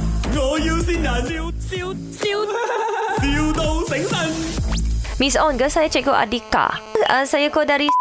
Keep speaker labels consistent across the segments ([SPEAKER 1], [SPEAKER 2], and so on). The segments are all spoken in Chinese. [SPEAKER 1] 要先人，笑笑笑，, 笑到醒神。
[SPEAKER 2] Miss On ke saya Cikgu Adika. Uh, saya call dari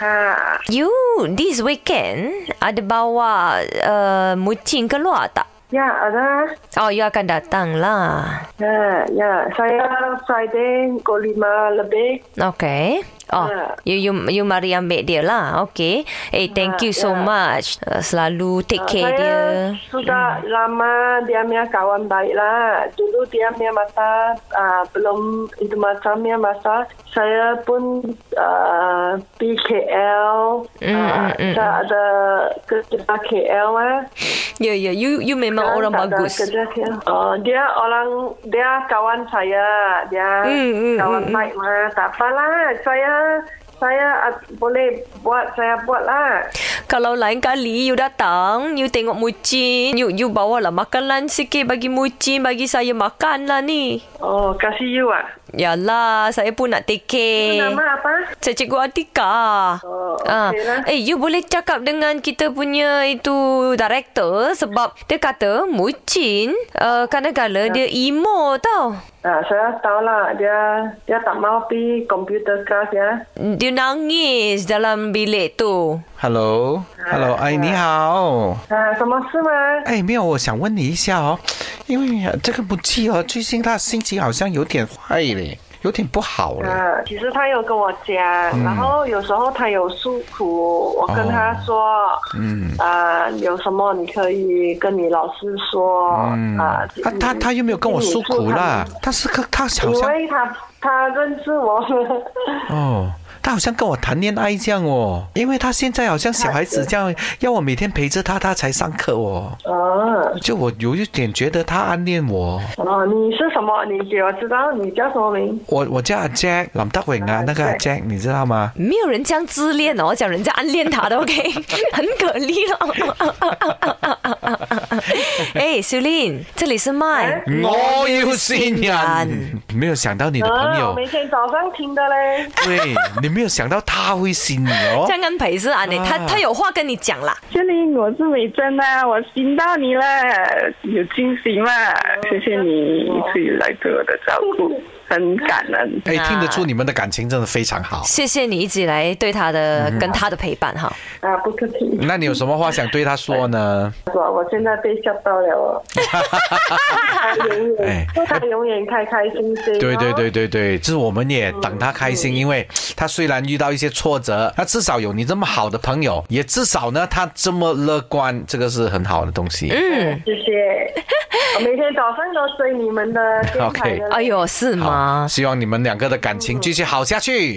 [SPEAKER 3] Ha,
[SPEAKER 2] You this weekend ada bawa uh, mucing keluar tak?
[SPEAKER 3] ya ada.
[SPEAKER 2] Oh, you akan datang lah.
[SPEAKER 3] Ya, ya. Saya Friday pukul lima lebih.
[SPEAKER 2] Okay. Oh,
[SPEAKER 3] Ya.
[SPEAKER 2] you you you mari ambil dia lah. Okay. Eh, thank you
[SPEAKER 3] Ya,
[SPEAKER 2] so
[SPEAKER 3] ya.
[SPEAKER 2] much. Uh, selalu take care
[SPEAKER 3] Ah, saya
[SPEAKER 2] dia.
[SPEAKER 3] sudah lama dia punya kawan baik lah. Dulu dia punya masa ah, belum itu macam punya masa. Saya pun uh, BKL.
[SPEAKER 2] Mm, mm, mm,
[SPEAKER 3] saya Ah, ada kerja KL lah.
[SPEAKER 2] Ya, ya. You you memang
[SPEAKER 3] Sekarang
[SPEAKER 2] orang
[SPEAKER 3] tak ada
[SPEAKER 2] bagus.
[SPEAKER 3] Kerja KL. Oh, dia orang, dia kawan saya. Dia
[SPEAKER 2] Mm, mm,
[SPEAKER 3] kawan
[SPEAKER 2] mm, mm.
[SPEAKER 3] baik lah. Tak apalah. Saya saya ah, boleh buat, saya buat lah.
[SPEAKER 2] Kalau lain kali you datang, you tengok mucin, you you bawa lah makanan sikit bagi mucin, bagi saya makan lah ni.
[SPEAKER 3] Oh, kasih you ah.
[SPEAKER 2] Yalah, saya pun nak take care.
[SPEAKER 3] Nama apa?
[SPEAKER 2] Saya Cikgu Atika.
[SPEAKER 3] Oh,
[SPEAKER 2] Ah,
[SPEAKER 3] okey lah.
[SPEAKER 2] Eh, you boleh cakap dengan kita punya itu director sebab dia kata Mucin uh, kadang-kala
[SPEAKER 3] Ya.
[SPEAKER 2] dia emo tau.
[SPEAKER 3] Ah, saya tahu lah dia dia tak mau pergi computer class ya.
[SPEAKER 2] Dia nangis dalam bilik tu.
[SPEAKER 4] Hello，Hello，哎，你好，
[SPEAKER 3] 啊，什么事吗？
[SPEAKER 4] 哎，没有，我想问你一下哦，因为呃这个不记哦，最近他心情好像有点坏嘞，有点不好了。
[SPEAKER 3] 啊，其实他有跟我讲，
[SPEAKER 4] 嗯
[SPEAKER 3] 然后有时候他有诉苦，我跟他说，
[SPEAKER 4] 哦嗯
[SPEAKER 3] 啊，有什么你可以跟你老师说
[SPEAKER 4] 嗯，
[SPEAKER 3] 啊
[SPEAKER 4] 啊。，他他又没有跟我诉苦啦
[SPEAKER 3] 你，
[SPEAKER 4] 但是他他好
[SPEAKER 3] 你因
[SPEAKER 4] 像
[SPEAKER 3] 为他他认识我 了，
[SPEAKER 4] 哦，他好像跟我谈恋爱这样哦，因为他现在好像小孩子这样，要我每天陪着他，他才上课哦，
[SPEAKER 3] 哦
[SPEAKER 4] 就我有一点觉得他暗恋我。
[SPEAKER 3] 哦，你是什么？你给我知道你叫什么名？
[SPEAKER 4] 我我叫阿 Jack 林德荣啊，
[SPEAKER 3] 啊
[SPEAKER 4] 那个阿
[SPEAKER 3] Jack
[SPEAKER 4] Jack 你知道吗？
[SPEAKER 2] 没有人这样自恋哦，我讲人家暗恋他的 ，OK，很可怜 哦。哎，秀玲，这里是麦，
[SPEAKER 3] Eh?
[SPEAKER 4] 我要新
[SPEAKER 2] 人
[SPEAKER 4] 人，没有想到你的朋
[SPEAKER 3] 啊，我
[SPEAKER 4] 友，
[SPEAKER 3] 每天早上听的嘞。
[SPEAKER 4] 对你没有想到他会信你哦
[SPEAKER 2] 这。样安培是安的，他
[SPEAKER 4] 啊
[SPEAKER 2] 他有话跟你讲啦。
[SPEAKER 5] 这里啊我是美珍啊，我寻到你了，有惊喜嘛？谢谢你一直以来对我的照顾，很感恩。
[SPEAKER 4] 哎，
[SPEAKER 2] 啊
[SPEAKER 4] 听得出你们的感情真的非常好。
[SPEAKER 2] 谢谢你一直以来对他的跟他的陪伴哈。
[SPEAKER 3] 啊，不客气，
[SPEAKER 4] 那你有什么话想对他说呢？
[SPEAKER 3] 我我现在被吓到了 哦。他永远，他永远开开心心。
[SPEAKER 4] 哎对对对，对对，就是我们也等他开心，因为他虽然遇到一些挫折，那至少有你这么好的朋友，也至少呢他这么乐观，这个是很好的东西。
[SPEAKER 2] 嗯，
[SPEAKER 3] 谢谢。我每天早上都追你们的电台
[SPEAKER 4] OK
[SPEAKER 3] 的。
[SPEAKER 2] 哎呦，是
[SPEAKER 4] 好，
[SPEAKER 2] 吗？
[SPEAKER 4] 希望你们两个的感情继续好下去。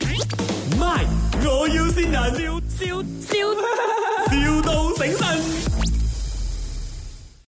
[SPEAKER 1] My，我要先人，笑笑笑，